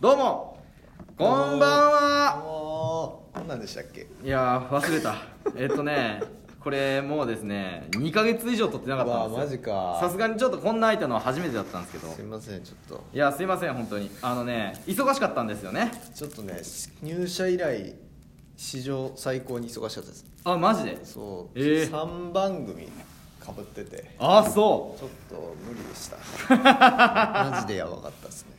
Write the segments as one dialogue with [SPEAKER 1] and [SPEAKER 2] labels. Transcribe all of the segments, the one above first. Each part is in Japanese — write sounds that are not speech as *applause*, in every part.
[SPEAKER 1] どうもこんばんは
[SPEAKER 2] おーこんなんでしたっけ
[SPEAKER 1] いやー忘れた *laughs* えっとねこれもうですね2ヶ月以上撮ってなかったんですよ
[SPEAKER 2] わあマジか
[SPEAKER 1] さすがにちょっとこんな空いたのは初めてだったんですけど
[SPEAKER 2] すいませんちょっと
[SPEAKER 1] いやすいません本当にあのね忙しかったんですよね
[SPEAKER 2] ちょっとね入社以来史上最高に忙しかったです
[SPEAKER 1] あマジで
[SPEAKER 2] そう、
[SPEAKER 1] えー
[SPEAKER 2] 3番組かぶってて
[SPEAKER 1] あそ
[SPEAKER 2] ちょっと無理でした
[SPEAKER 1] *laughs*
[SPEAKER 2] マジでやばかったですね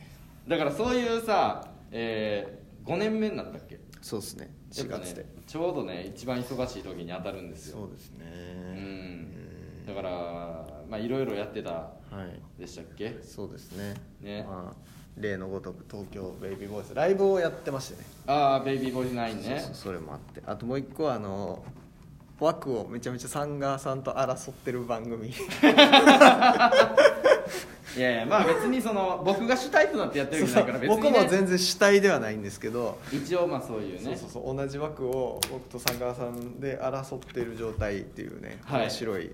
[SPEAKER 1] うだからそういうさえー、5年目になったっけ
[SPEAKER 2] そうですね
[SPEAKER 1] やっ
[SPEAKER 2] 4
[SPEAKER 1] ぱ
[SPEAKER 2] 月で、
[SPEAKER 1] ねちょうどね一番忙しい時に当たるんですよ
[SPEAKER 2] そうですね
[SPEAKER 1] うんだからまあいろいろやってた
[SPEAKER 2] うんはい
[SPEAKER 1] でしたっけ
[SPEAKER 2] そうですね
[SPEAKER 1] ね
[SPEAKER 2] まあ、例のごとく東京ベイビーボーイスライブをやってましてね
[SPEAKER 1] ああベイビーボーイズナインね
[SPEAKER 2] そうそうそれもあってあともう一個はあの枠をめちゃめちゃサンガーさんと争ってる番組
[SPEAKER 1] いやいやまあ別にその僕が主体となってやってるわけじゃないから別に、ね、
[SPEAKER 2] 僕も全然主体ではないんですけど、
[SPEAKER 1] 一応まあそういうね
[SPEAKER 2] そうそうそう同じ枠を僕とサンガーさんで争ってる状態っていうね、
[SPEAKER 1] はい
[SPEAKER 2] 面白い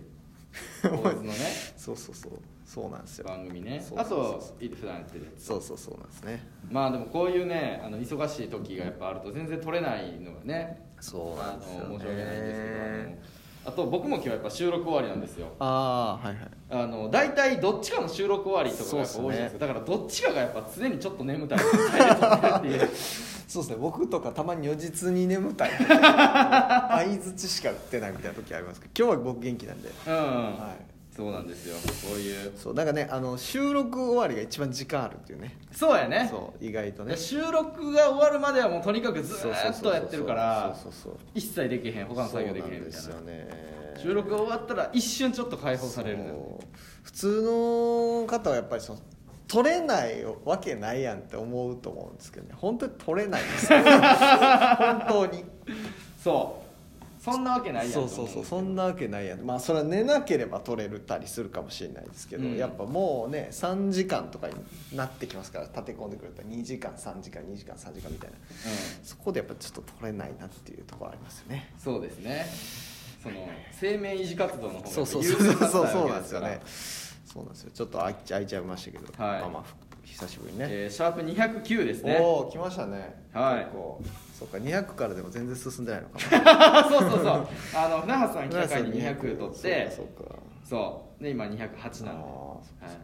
[SPEAKER 1] ポーズのね
[SPEAKER 2] *laughs* そうそうそうそうなんですよ
[SPEAKER 1] 番組ね
[SPEAKER 2] そう
[SPEAKER 1] あ
[SPEAKER 2] そうそう
[SPEAKER 1] とい普段やってるやつ
[SPEAKER 2] そうそうそうなんですね
[SPEAKER 1] まあでもこういうねあの忙しい時がやっぱあると全然取れないのがね
[SPEAKER 2] そうなんですよね
[SPEAKER 1] あの申し訳ないんですけどあのあと僕も今日やっぱ収録終わりなんですよ
[SPEAKER 2] ああはいはい
[SPEAKER 1] あの大体どっちかの収録終わりとかがやっぱ多いんですよ
[SPEAKER 2] そうっすね
[SPEAKER 1] だからどっちかがやっぱ常にちょっと眠たい状態で撮ってるっていう
[SPEAKER 2] そうですね僕とかたまに如実に
[SPEAKER 1] *laughs*
[SPEAKER 2] 眠たい相づちしか打ってないみたいな時ありますけど今日は僕元気なんで
[SPEAKER 1] うん、
[SPEAKER 2] は
[SPEAKER 1] そうなんですよこういう
[SPEAKER 2] そうなんかねあの収録終わりが一番時間あるっていうね
[SPEAKER 1] そうやね
[SPEAKER 2] そう意外とね
[SPEAKER 1] 収録が終わるまではもうとにかくずーっとやってるから
[SPEAKER 2] そうそうそうそう
[SPEAKER 1] 一切できへん他の作業できへんみたい
[SPEAKER 2] そう
[SPEAKER 1] な
[SPEAKER 2] なんですよね
[SPEAKER 1] 収録が終わったら一瞬ちょっと解放されるのよね
[SPEAKER 2] そう普通の方はやっぱりその取れないわけないやんって思うと思うんですけどね本当に取れないですよ
[SPEAKER 1] *laughs*
[SPEAKER 2] 本当に
[SPEAKER 1] そうそんなわけないやんと
[SPEAKER 2] そう
[SPEAKER 1] 思
[SPEAKER 2] そうそう
[SPEAKER 1] う
[SPEAKER 2] そんなわけないやんまあそれは寝なければ取れるたりするかもしれないですけど、
[SPEAKER 1] うん
[SPEAKER 2] やっぱもうね3時間とかになってきますから立て込んでくれたら2時間3時間2時間3時間みたいな
[SPEAKER 1] う
[SPEAKER 2] そこでやっぱちょっと取れないなっていうところありますよね
[SPEAKER 1] んそうですねその生命維持活動の方が
[SPEAKER 2] そうそうそうそうそうそうなんですよ
[SPEAKER 1] 優先だったわけ
[SPEAKER 2] ね
[SPEAKER 1] で
[SPEAKER 2] そうなんですよちょっと開いちゃ開いちゃいましたけど、
[SPEAKER 1] はい
[SPEAKER 2] まあまあふ久しぶり
[SPEAKER 1] す
[SPEAKER 2] に
[SPEAKER 1] から
[SPEAKER 2] ね、
[SPEAKER 1] えーシャープ209ですね
[SPEAKER 2] おお来ましたね
[SPEAKER 1] はい
[SPEAKER 2] 結構そうか200からでも全然進んでないの
[SPEAKER 1] *laughs*
[SPEAKER 2] か
[SPEAKER 1] あ *laughs* そうそうそうあの船橋さん来た回に200取って
[SPEAKER 2] そうか
[SPEAKER 1] そうで今208
[SPEAKER 2] そう
[SPEAKER 1] な
[SPEAKER 2] か
[SPEAKER 1] んで、
[SPEAKER 2] あーそっか
[SPEAKER 1] は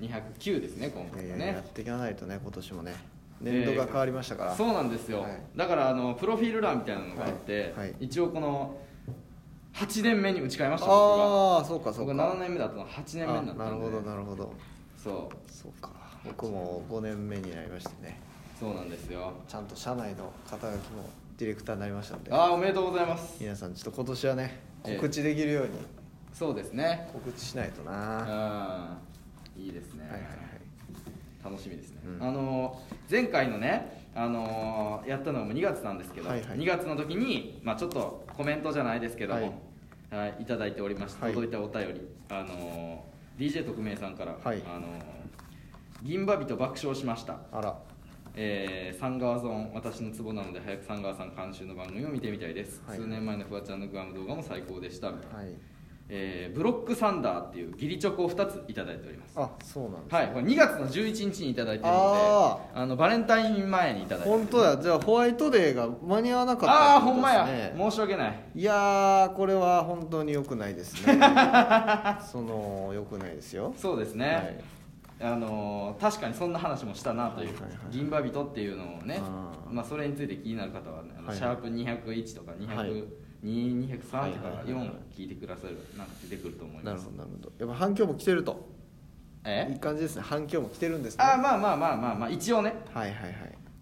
[SPEAKER 1] い、209ですね今
[SPEAKER 2] いや
[SPEAKER 1] 回
[SPEAKER 2] いや
[SPEAKER 1] はいね
[SPEAKER 2] ややっていかないとね今年もね年度が変わりましたから、
[SPEAKER 1] そうなんですよ、
[SPEAKER 2] はい
[SPEAKER 1] だからあのプロフィール欄みたいなのがあって、
[SPEAKER 2] はいはい
[SPEAKER 1] 一応この8年目に打ち替えました僕が
[SPEAKER 2] ああそうかそう
[SPEAKER 1] 僕
[SPEAKER 2] か
[SPEAKER 1] 7年目だったの8年目になったんで
[SPEAKER 2] あなるほどなるほど
[SPEAKER 1] そう
[SPEAKER 2] そうか僕も5年目になりましてね
[SPEAKER 1] そうなんですよ
[SPEAKER 2] ちゃんと社内の肩書きもディレクターになりましたんで
[SPEAKER 1] ああおめでとうございます
[SPEAKER 2] 皆さんちょっと今年はね
[SPEAKER 1] ええ
[SPEAKER 2] 告知できるように
[SPEAKER 1] そうですね
[SPEAKER 2] 告知しないとな、
[SPEAKER 1] う
[SPEAKER 2] は
[SPEAKER 1] んいいですね、
[SPEAKER 2] いはいはい
[SPEAKER 1] 楽しみですね、
[SPEAKER 2] うん
[SPEAKER 1] あの前回のねあのやったのも2月なんですけど、
[SPEAKER 2] はいはい
[SPEAKER 1] 2月の時に、まあ、ちょっとコメントじゃないですけども、はいいただいておりまして
[SPEAKER 2] はい
[SPEAKER 1] 届いたお便り、あの DJ 特命さんから、
[SPEAKER 2] はい
[SPEAKER 1] あの銀バビと爆笑しました」
[SPEAKER 2] あら
[SPEAKER 1] えー「サンガワゾーン私のツボなので早くサンガワさん監修の番組を見てみたいです」
[SPEAKER 2] はい
[SPEAKER 1] 数年前のフワちゃんのグアム動画も最高でした」みたいな
[SPEAKER 2] はい
[SPEAKER 1] えーブロックサンダー」っていう義理チョコを2ついただいております
[SPEAKER 2] あそうなんです
[SPEAKER 1] はい、
[SPEAKER 2] ね
[SPEAKER 1] これ2月の11日にいただいてるのであ
[SPEAKER 2] あ
[SPEAKER 1] のバレンタイン前にいただいてる
[SPEAKER 2] 本当だじゃあホワイトデーが間に合わなかった
[SPEAKER 1] ああ
[SPEAKER 2] って
[SPEAKER 1] ほ
[SPEAKER 2] こ
[SPEAKER 1] ん
[SPEAKER 2] と
[SPEAKER 1] ま
[SPEAKER 2] です
[SPEAKER 1] や
[SPEAKER 2] ね
[SPEAKER 1] 申し訳ない
[SPEAKER 2] いやーこれは本当に良くないで
[SPEAKER 1] *laughs*
[SPEAKER 2] すねその良くないですよ
[SPEAKER 1] そうですね、あのー確かにそんな話もしたなという
[SPEAKER 2] はいはいはい
[SPEAKER 1] 「銀馬人」っていうのをね
[SPEAKER 2] あー
[SPEAKER 1] まあ、それについて気になる方はね、あの
[SPEAKER 2] はいはい
[SPEAKER 1] シャープ201とか202、
[SPEAKER 2] はい
[SPEAKER 1] 203とか
[SPEAKER 2] はいはいはいはい
[SPEAKER 1] 4聞いてくださるなんか出てくると思い
[SPEAKER 2] な
[SPEAKER 1] ま
[SPEAKER 2] る
[SPEAKER 1] す
[SPEAKER 2] ほどなるほどやっぱ反響も来てるといい
[SPEAKER 1] え
[SPEAKER 2] 感じですね反響も来てるんですね
[SPEAKER 1] ああまあまあまあまあまあ一応ね
[SPEAKER 2] はいはいはい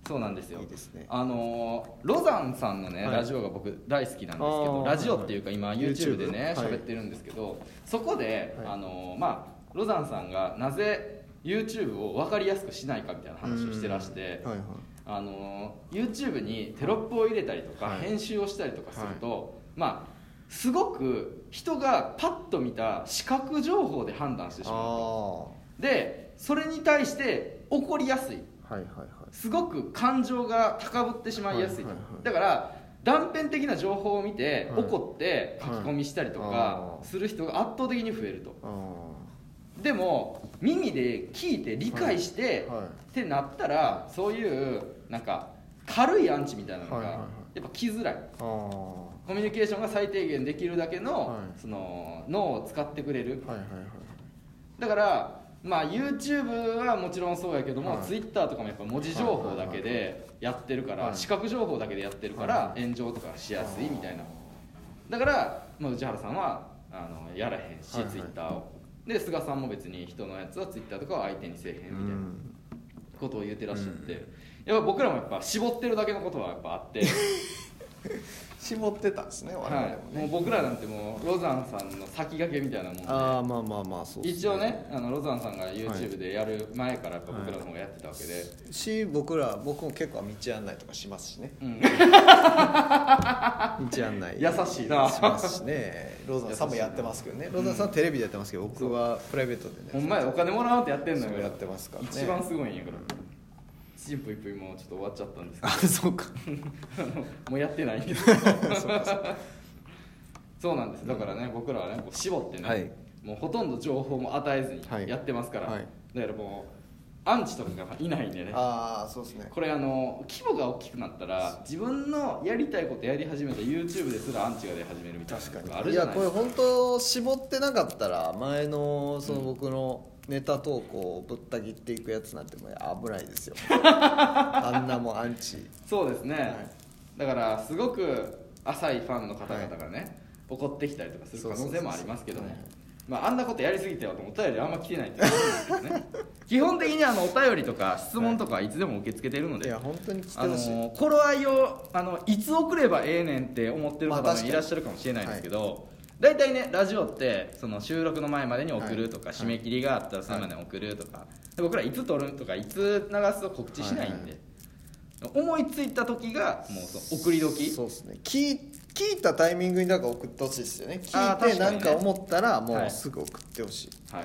[SPEAKER 1] そうなんですよ
[SPEAKER 2] いいですね
[SPEAKER 1] あのーロザンさんのね、
[SPEAKER 2] はい
[SPEAKER 1] ラジオが僕大好きなんですけど
[SPEAKER 2] あー
[SPEAKER 1] ラジオっていうか今
[SPEAKER 2] はいはい
[SPEAKER 1] YouTube でね
[SPEAKER 2] YouTube
[SPEAKER 1] 喋、ってるんですけどそこで、
[SPEAKER 2] はい
[SPEAKER 1] あのーまあ、ロザンさんがなぜ YouTube を分かりやすくしないかみたいな話をしてらして、
[SPEAKER 2] うんはいはい
[SPEAKER 1] あのー YouTube にテロップを入れたりとか、
[SPEAKER 2] はい
[SPEAKER 1] 編集をしたりとかすると、まあすごく人がパッと見た視覚情報で判断してし
[SPEAKER 2] あ
[SPEAKER 1] まうと
[SPEAKER 2] あは
[SPEAKER 1] でそれに対して怒りやすい
[SPEAKER 2] いはいはい
[SPEAKER 1] すごく感情が高ぶってしまいやすいと、
[SPEAKER 2] はいはいはい
[SPEAKER 1] だから断片的な情報を見て
[SPEAKER 2] はい
[SPEAKER 1] 怒って書き込みしたりと
[SPEAKER 2] はい
[SPEAKER 1] か
[SPEAKER 2] あー
[SPEAKER 1] する人が圧倒的に増えると
[SPEAKER 2] ああ
[SPEAKER 1] でも耳で聞いて理解して、
[SPEAKER 2] はい
[SPEAKER 1] ってなったらそういうなんか軽いアンチみたいなのが
[SPEAKER 2] はいはいはい
[SPEAKER 1] やっぱ来づらい
[SPEAKER 2] ああ
[SPEAKER 1] コミュニケーションが最低限できるだけの,、
[SPEAKER 2] はい
[SPEAKER 1] その脳を使ってくれる
[SPEAKER 2] はいはいはい
[SPEAKER 1] だから、まあ、YouTube はもちろんそうやけども、
[SPEAKER 2] はい
[SPEAKER 1] Twitter とかもやっぱ文字情報だけでやってるから、
[SPEAKER 2] はい
[SPEAKER 1] 視覚情報だけでやってるから、
[SPEAKER 2] は
[SPEAKER 1] 炎上とかしやすいみたいなだから、まあ、宇治原さんはあのやらへんし、
[SPEAKER 2] はいはい
[SPEAKER 1] Twitter をで菅さんも別に人のやつは Twitter とかは相手にせえへんみたいな、
[SPEAKER 2] うん
[SPEAKER 1] ことを言ってらっしゃって、
[SPEAKER 2] うん
[SPEAKER 1] やっぱ僕らもやっぱ絞ってるだけのことはやっぱあっ
[SPEAKER 2] *laughs*
[SPEAKER 1] て、
[SPEAKER 2] 絞ってたんですね我々も
[SPEAKER 1] はい、もう
[SPEAKER 2] ね、
[SPEAKER 1] 僕らなんてもうロザンさんの先駆けみたいなもんで、
[SPEAKER 2] ああまあまあまあそうっす
[SPEAKER 1] 一応ねあのロザンさんが YouTube でやる前からやっぱ僕らの方がやってたわけで、
[SPEAKER 2] し僕ら僕も結構道案内とかしますしね
[SPEAKER 1] うん、
[SPEAKER 2] 道案内
[SPEAKER 1] 優しいな
[SPEAKER 2] しますしねローザンさんもやってますけどねローザンさんはテレビでやってますけど僕はプライベートでね
[SPEAKER 1] ほんまやお金もらわんとやってんの
[SPEAKER 2] そ
[SPEAKER 1] よ
[SPEAKER 2] うやってますからね
[SPEAKER 1] 一番すごいんやからチンプイプイもうちょっと終わっちゃったんですけ
[SPEAKER 2] あそうか
[SPEAKER 1] どあの *laughs* もうやってないん
[SPEAKER 2] *laughs*
[SPEAKER 1] ですそうなんですだからね、僕らはねこう絞ってね、
[SPEAKER 2] はい
[SPEAKER 1] もうほとんど情報も与えず
[SPEAKER 2] はい
[SPEAKER 1] にやってますから、
[SPEAKER 2] はい
[SPEAKER 1] だからもうアンチとかがいないんでね
[SPEAKER 2] ああそうですね
[SPEAKER 1] これあの規模が大きくなったら自分のやりたいことやり始めた YouTube ですらアンチが出始めるみたいなのがある
[SPEAKER 2] い
[SPEAKER 1] じゃ
[SPEAKER 2] や
[SPEAKER 1] ない
[SPEAKER 2] こ
[SPEAKER 1] で
[SPEAKER 2] れ
[SPEAKER 1] すか
[SPEAKER 2] 本当絞ってなかったら前のその僕のネタ投稿をぶった切っていくやつなんてもう危ないで
[SPEAKER 1] *laughs*
[SPEAKER 2] すよあんなもんアンチ
[SPEAKER 1] そうですね、
[SPEAKER 2] はい
[SPEAKER 1] だからすごく浅いファンの方々がね、怒ってきたりとかする可能性もありますけど
[SPEAKER 2] そう
[SPEAKER 1] ね
[SPEAKER 2] そうそう
[SPEAKER 1] まあ、あんなことやりすぎてはとお便りあんま来てないっていうのもあるんですけどね基本的にあのお便りとか質問とかはいつでも受け付けてるの
[SPEAKER 2] い
[SPEAKER 1] で、
[SPEAKER 2] や本当に来て
[SPEAKER 1] あの
[SPEAKER 2] ほしい、
[SPEAKER 1] ー頃合いをあのいつ送ればええねんって思ってる
[SPEAKER 2] まあ
[SPEAKER 1] 方
[SPEAKER 2] 確か
[SPEAKER 1] も
[SPEAKER 2] に
[SPEAKER 1] いらっしゃるかもしれないんですけど、大体ねラジオってその収録の前までに送るとか、
[SPEAKER 2] はい
[SPEAKER 1] 締め切りがあったらそれまでに送るとか、で僕らいつ撮るとかいつ流すと告知しないんで、思いついた時がもうその送り時
[SPEAKER 2] そうですね聞い聞いたタイミングになんか送ってほしいですよね
[SPEAKER 1] あ
[SPEAKER 2] 聞
[SPEAKER 1] ー
[SPEAKER 2] い
[SPEAKER 1] 確
[SPEAKER 2] て
[SPEAKER 1] か
[SPEAKER 2] な
[SPEAKER 1] に
[SPEAKER 2] ん
[SPEAKER 1] ね
[SPEAKER 2] か思ったらも
[SPEAKER 1] は
[SPEAKER 2] う
[SPEAKER 1] い
[SPEAKER 2] すぐ送ってほしい、
[SPEAKER 1] はい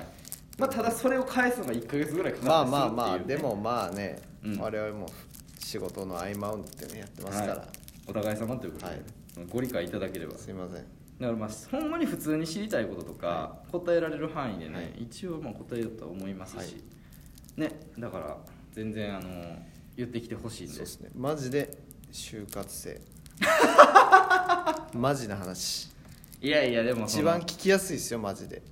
[SPEAKER 1] まあ、ただそれを返すのが1か月ぐらいかかっ
[SPEAKER 2] まあ
[SPEAKER 1] て
[SPEAKER 2] まあまあでもまあね、
[SPEAKER 1] うん
[SPEAKER 2] 我々も仕事の合間を縫ってねやってますから、
[SPEAKER 1] お互い様ということで、
[SPEAKER 2] はい
[SPEAKER 1] ご理解いただければ
[SPEAKER 2] すいません
[SPEAKER 1] だからまあほんまに普通に知りたいこととか、
[SPEAKER 2] は
[SPEAKER 1] 答えられる範囲でね、
[SPEAKER 2] はい
[SPEAKER 1] 一応まあ答えだとは思いますし、
[SPEAKER 2] はい
[SPEAKER 1] ねだから全然あの言ってきてほしいん
[SPEAKER 2] そう
[SPEAKER 1] で
[SPEAKER 2] ですねマジで就活 *laughs* 生マジな話
[SPEAKER 1] いやいやでもそ
[SPEAKER 2] 一
[SPEAKER 1] の
[SPEAKER 2] 番聞きやすいですよマジで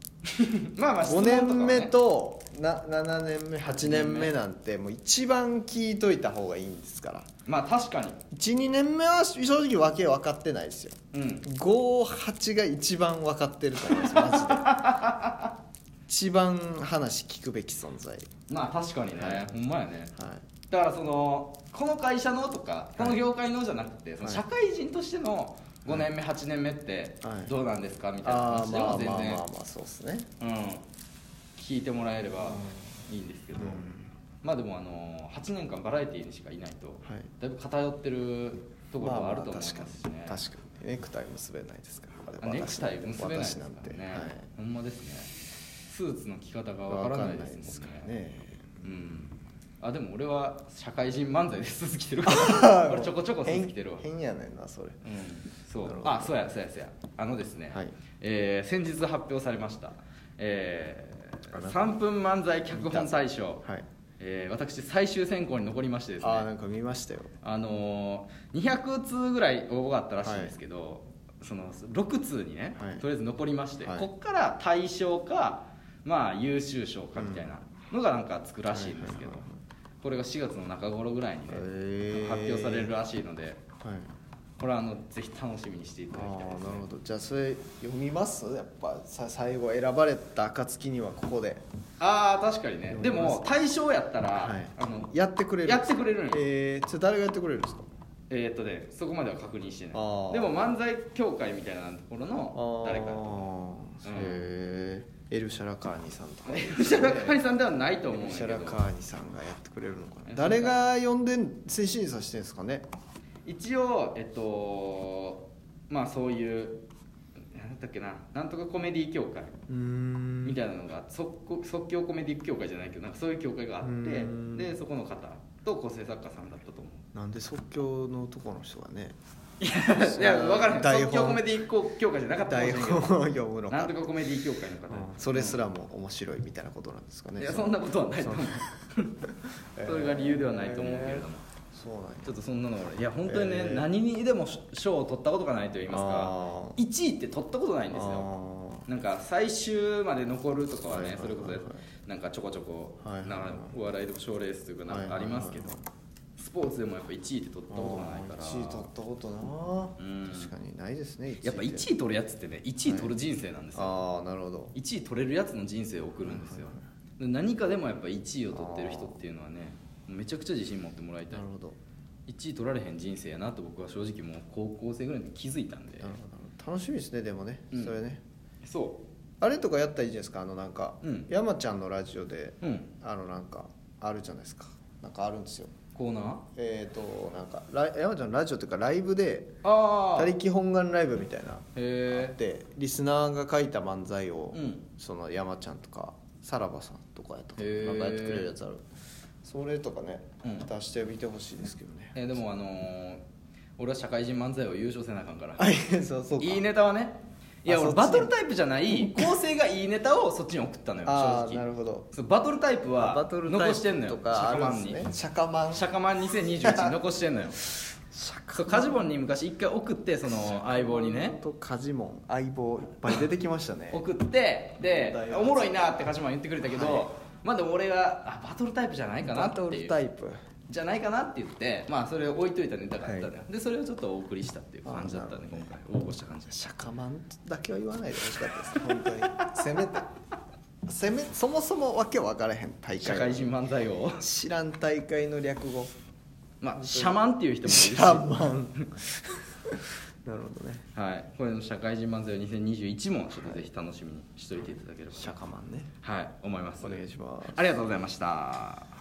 [SPEAKER 1] まあまあ
[SPEAKER 2] 5年目とな7年目8年目なんてもう一番聞いといた方がいいんですから
[SPEAKER 1] まあ確かに
[SPEAKER 2] 12年目は正直わけ分かってないですよ
[SPEAKER 1] うん
[SPEAKER 2] 58が一番分かってると思いますマジで *laughs* 一番話聞くべき存在
[SPEAKER 1] まあ確かにね、
[SPEAKER 2] はい
[SPEAKER 1] ほんまやね
[SPEAKER 2] はい
[SPEAKER 1] だからそのこの会社のとかこの業界のじゃなくて、その
[SPEAKER 2] はい
[SPEAKER 1] 社会人としての5年目8年目って
[SPEAKER 2] はい
[SPEAKER 1] どうなんですかみたいな
[SPEAKER 2] ああ
[SPEAKER 1] 話で
[SPEAKER 2] ま
[SPEAKER 1] は
[SPEAKER 2] あまあ
[SPEAKER 1] 全
[SPEAKER 2] まあ
[SPEAKER 1] 然
[SPEAKER 2] まあそうですね
[SPEAKER 1] うん聞いてもらえればいいんですけど、
[SPEAKER 2] うん
[SPEAKER 1] まあでもあの8年間バラエティーにしかいないと、
[SPEAKER 2] はい
[SPEAKER 1] だいぶ偏ってるところはあると思いますしね、
[SPEAKER 2] まあまあ確かに確かにネクタイ結べないですから
[SPEAKER 1] あネクタイ結べないです
[SPEAKER 2] 私
[SPEAKER 1] か
[SPEAKER 2] なんて
[SPEAKER 1] らね、
[SPEAKER 2] はい
[SPEAKER 1] ほんまですねスーツの着方がわ
[SPEAKER 2] わ
[SPEAKER 1] か
[SPEAKER 2] からら
[SPEAKER 1] な
[SPEAKER 2] ないい
[SPEAKER 1] で
[SPEAKER 2] ですす
[SPEAKER 1] も
[SPEAKER 2] か
[SPEAKER 1] んね
[SPEAKER 2] らね
[SPEAKER 1] うんあでも俺は社会人漫才でスーツ着てるから
[SPEAKER 2] *laughs*
[SPEAKER 1] 俺ちょこちょこスーツ着てるわ
[SPEAKER 2] 変変やねんなそれ
[SPEAKER 1] うんそ
[SPEAKER 2] なる
[SPEAKER 1] う
[SPEAKER 2] ほど
[SPEAKER 1] あそうやそうやそうやあのですね、
[SPEAKER 2] はい
[SPEAKER 1] えー先日発表されました、え
[SPEAKER 2] あ
[SPEAKER 1] ー、
[SPEAKER 2] ら
[SPEAKER 1] 3分漫才脚本大賞、
[SPEAKER 2] はい
[SPEAKER 1] えー私最終選考に残りましてですね
[SPEAKER 2] ああなんか見ましたよ
[SPEAKER 1] あのー、200通ぐらい応募があったらしいんですけど、その6通にね、
[SPEAKER 2] はい
[SPEAKER 1] とりあえず残りまして、
[SPEAKER 2] はい
[SPEAKER 1] こっから大賞か、まあ、優秀賞かみたいなのがなんかつくらしいんですけど、
[SPEAKER 2] はいはいはいはい
[SPEAKER 1] これが4月の中頃ぐらいにね、
[SPEAKER 2] へー
[SPEAKER 1] 発表されるらしいので
[SPEAKER 2] はい
[SPEAKER 1] これはあのぜひ楽しみにしてい
[SPEAKER 2] あ
[SPEAKER 1] た
[SPEAKER 2] あ
[SPEAKER 1] だきたいですね
[SPEAKER 2] なるほどじゃあそれ読みますやっぱさ最後選ばれた暁にはここで
[SPEAKER 1] ああ確かにねでも大賞やったら、
[SPEAKER 2] はい
[SPEAKER 1] あの
[SPEAKER 2] やってくれる
[SPEAKER 1] やってくれるんよ
[SPEAKER 2] えーそれ誰がやってくれるんですか
[SPEAKER 1] えーっとねそこまでは確認してないで
[SPEAKER 2] あー
[SPEAKER 1] も漫才協会みたいなところ
[SPEAKER 2] あ
[SPEAKER 1] の
[SPEAKER 2] ー
[SPEAKER 1] 誰かだ *laughs* と思ううん
[SPEAKER 2] へえエルシャラカーニさんとか
[SPEAKER 1] 吉田カーニさんではないと思うん
[SPEAKER 2] エ
[SPEAKER 1] や
[SPEAKER 2] ルシ
[SPEAKER 1] け
[SPEAKER 2] ャラ
[SPEAKER 1] ど
[SPEAKER 2] カーニさんがやってくれるのか
[SPEAKER 1] え
[SPEAKER 2] な誰が呼んで精神査してんですかね
[SPEAKER 1] 一応えっとまあそういうなんだっけななんとかコメディ協会
[SPEAKER 2] うーん
[SPEAKER 1] みたいなのが即興即興コメディ協会じゃないけどなんかそういう協会があっ
[SPEAKER 2] う
[SPEAKER 1] て
[SPEAKER 2] ん
[SPEAKER 1] でそこの方と構成作家さんだったと思う
[SPEAKER 2] なんで即興のとこの人がね
[SPEAKER 1] いや分からへん
[SPEAKER 2] 台
[SPEAKER 1] 即興
[SPEAKER 2] 本
[SPEAKER 1] コメディー協会じゃなかったかも
[SPEAKER 2] 台
[SPEAKER 1] しれんけど
[SPEAKER 2] 本を読むの
[SPEAKER 1] な
[SPEAKER 2] か
[SPEAKER 1] んとかコメディー協会の方
[SPEAKER 2] それすらも面白いみたいなことなんですかね
[SPEAKER 1] いやそんなことはないと思う
[SPEAKER 2] そう
[SPEAKER 1] それが理由ではないと思うけれども、
[SPEAKER 2] そうなんや
[SPEAKER 1] ちょっとそんなの俺いや本当にね、
[SPEAKER 2] えー
[SPEAKER 1] 何にでも賞を取ったことがないと言いますか
[SPEAKER 2] あー
[SPEAKER 1] 1位って取ったことないんですよ
[SPEAKER 2] あ
[SPEAKER 1] なんか最終まで残るとかはね、
[SPEAKER 2] はいはい
[SPEAKER 1] それこ
[SPEAKER 2] はいは
[SPEAKER 1] そなんかちょこちょこ、
[SPEAKER 2] はいはいはい
[SPEAKER 1] なんかお笑いでも賞レースというか
[SPEAKER 2] ー
[SPEAKER 1] なんかありますけど、
[SPEAKER 2] はいはいはい
[SPEAKER 1] スポーツでもやっぱ1位って取ったことがないから
[SPEAKER 2] あー1位取ったことな、
[SPEAKER 1] うん
[SPEAKER 2] 確かにないですね
[SPEAKER 1] やっぱ1位取るやつってね1位取る人生なんですよ、
[SPEAKER 2] ああなるほど
[SPEAKER 1] 1位取れるやつの人生を送るんですよ、
[SPEAKER 2] はいはい
[SPEAKER 1] で何かでもやっぱ1位を取ってる人っていうのはねめちゃくちゃ自信持ってもらいた
[SPEAKER 2] ないるほど
[SPEAKER 1] 1位取られへん人生やなと僕は正直もう高校生ぐらいで気づいたんで
[SPEAKER 2] なるほど楽しみですねでもね、
[SPEAKER 1] うん
[SPEAKER 2] それね
[SPEAKER 1] そ
[SPEAKER 2] あれとかやったらいいじゃないですかあのなんか、
[SPEAKER 1] うん
[SPEAKER 2] 山ちゃんのラジオで
[SPEAKER 1] ううん
[SPEAKER 2] あのなんかあるじゃないですかなんかあるんですよ
[SPEAKER 1] コーナー
[SPEAKER 2] えっ、となんかライ山ちゃんのラジオっていうかライブで「
[SPEAKER 1] あ
[SPEAKER 2] 他
[SPEAKER 1] あへ
[SPEAKER 2] 力本願ライブ」みたいなあっ
[SPEAKER 1] え
[SPEAKER 2] てリスナーが書いた漫才を、
[SPEAKER 1] うん
[SPEAKER 2] その山ちゃんとかさらばさんとかやとか
[SPEAKER 1] へー
[SPEAKER 2] なんかやってくれるやつあるそれとかね、
[SPEAKER 1] うん
[SPEAKER 2] 出してみてほしいですけどね
[SPEAKER 1] えでもあのー俺は社会人漫才を優勝せなあかんから
[SPEAKER 2] あいやそうそうか
[SPEAKER 1] いいネタはねいや
[SPEAKER 2] あ
[SPEAKER 1] 俺
[SPEAKER 2] そっち
[SPEAKER 1] バトルタイプじゃない構成がいいネタをそっちに送ったのよ
[SPEAKER 2] あ
[SPEAKER 1] 正
[SPEAKER 2] あな
[SPEAKER 1] 直
[SPEAKER 2] るほど
[SPEAKER 1] そうバトルタイプは
[SPEAKER 2] バトルタイ
[SPEAKER 1] 残してんの
[SPEAKER 2] プ
[SPEAKER 1] よ
[SPEAKER 2] とかあ
[SPEAKER 1] シャカマ
[SPEAKER 2] る
[SPEAKER 1] ン
[SPEAKER 2] ん
[SPEAKER 1] に
[SPEAKER 2] ですねシャカマン
[SPEAKER 1] シャカマン2021に残して
[SPEAKER 2] *laughs*
[SPEAKER 1] んのよそうカジボンに昔一回送ってその相棒にね
[SPEAKER 2] とカジモン相棒いっぱい出てきましたね
[SPEAKER 1] 送ってで
[SPEAKER 2] 問題は
[SPEAKER 1] おもろいなってカジマン言ってくれたけど、まだ俺があバトルタイプじゃないかな
[SPEAKER 2] バ
[SPEAKER 1] って
[SPEAKER 2] ト
[SPEAKER 1] い
[SPEAKER 2] ル
[SPEAKER 1] う
[SPEAKER 2] タイプ
[SPEAKER 1] じゃないかなって言ってまあそれを置いといたネタがあったのよ、
[SPEAKER 2] は
[SPEAKER 1] でそれをちょっとお送りしたっていう感じだったね今回応募した感じ
[SPEAKER 2] シャカマンだけは言わないでほしかったです本当にせめてせめそもそもわけわからへん大会
[SPEAKER 1] 社会人漫才を
[SPEAKER 2] 知らん大会の略語
[SPEAKER 1] まあシャマンっていう人もいるし
[SPEAKER 2] シャマン *laughs* なるほどね
[SPEAKER 1] はい、これの社会人漫才を2021もちょっとぜひ楽しみにしておいていただければ
[SPEAKER 2] シャカマンね
[SPEAKER 1] はい、思います
[SPEAKER 2] お願いします
[SPEAKER 1] ありがとうございました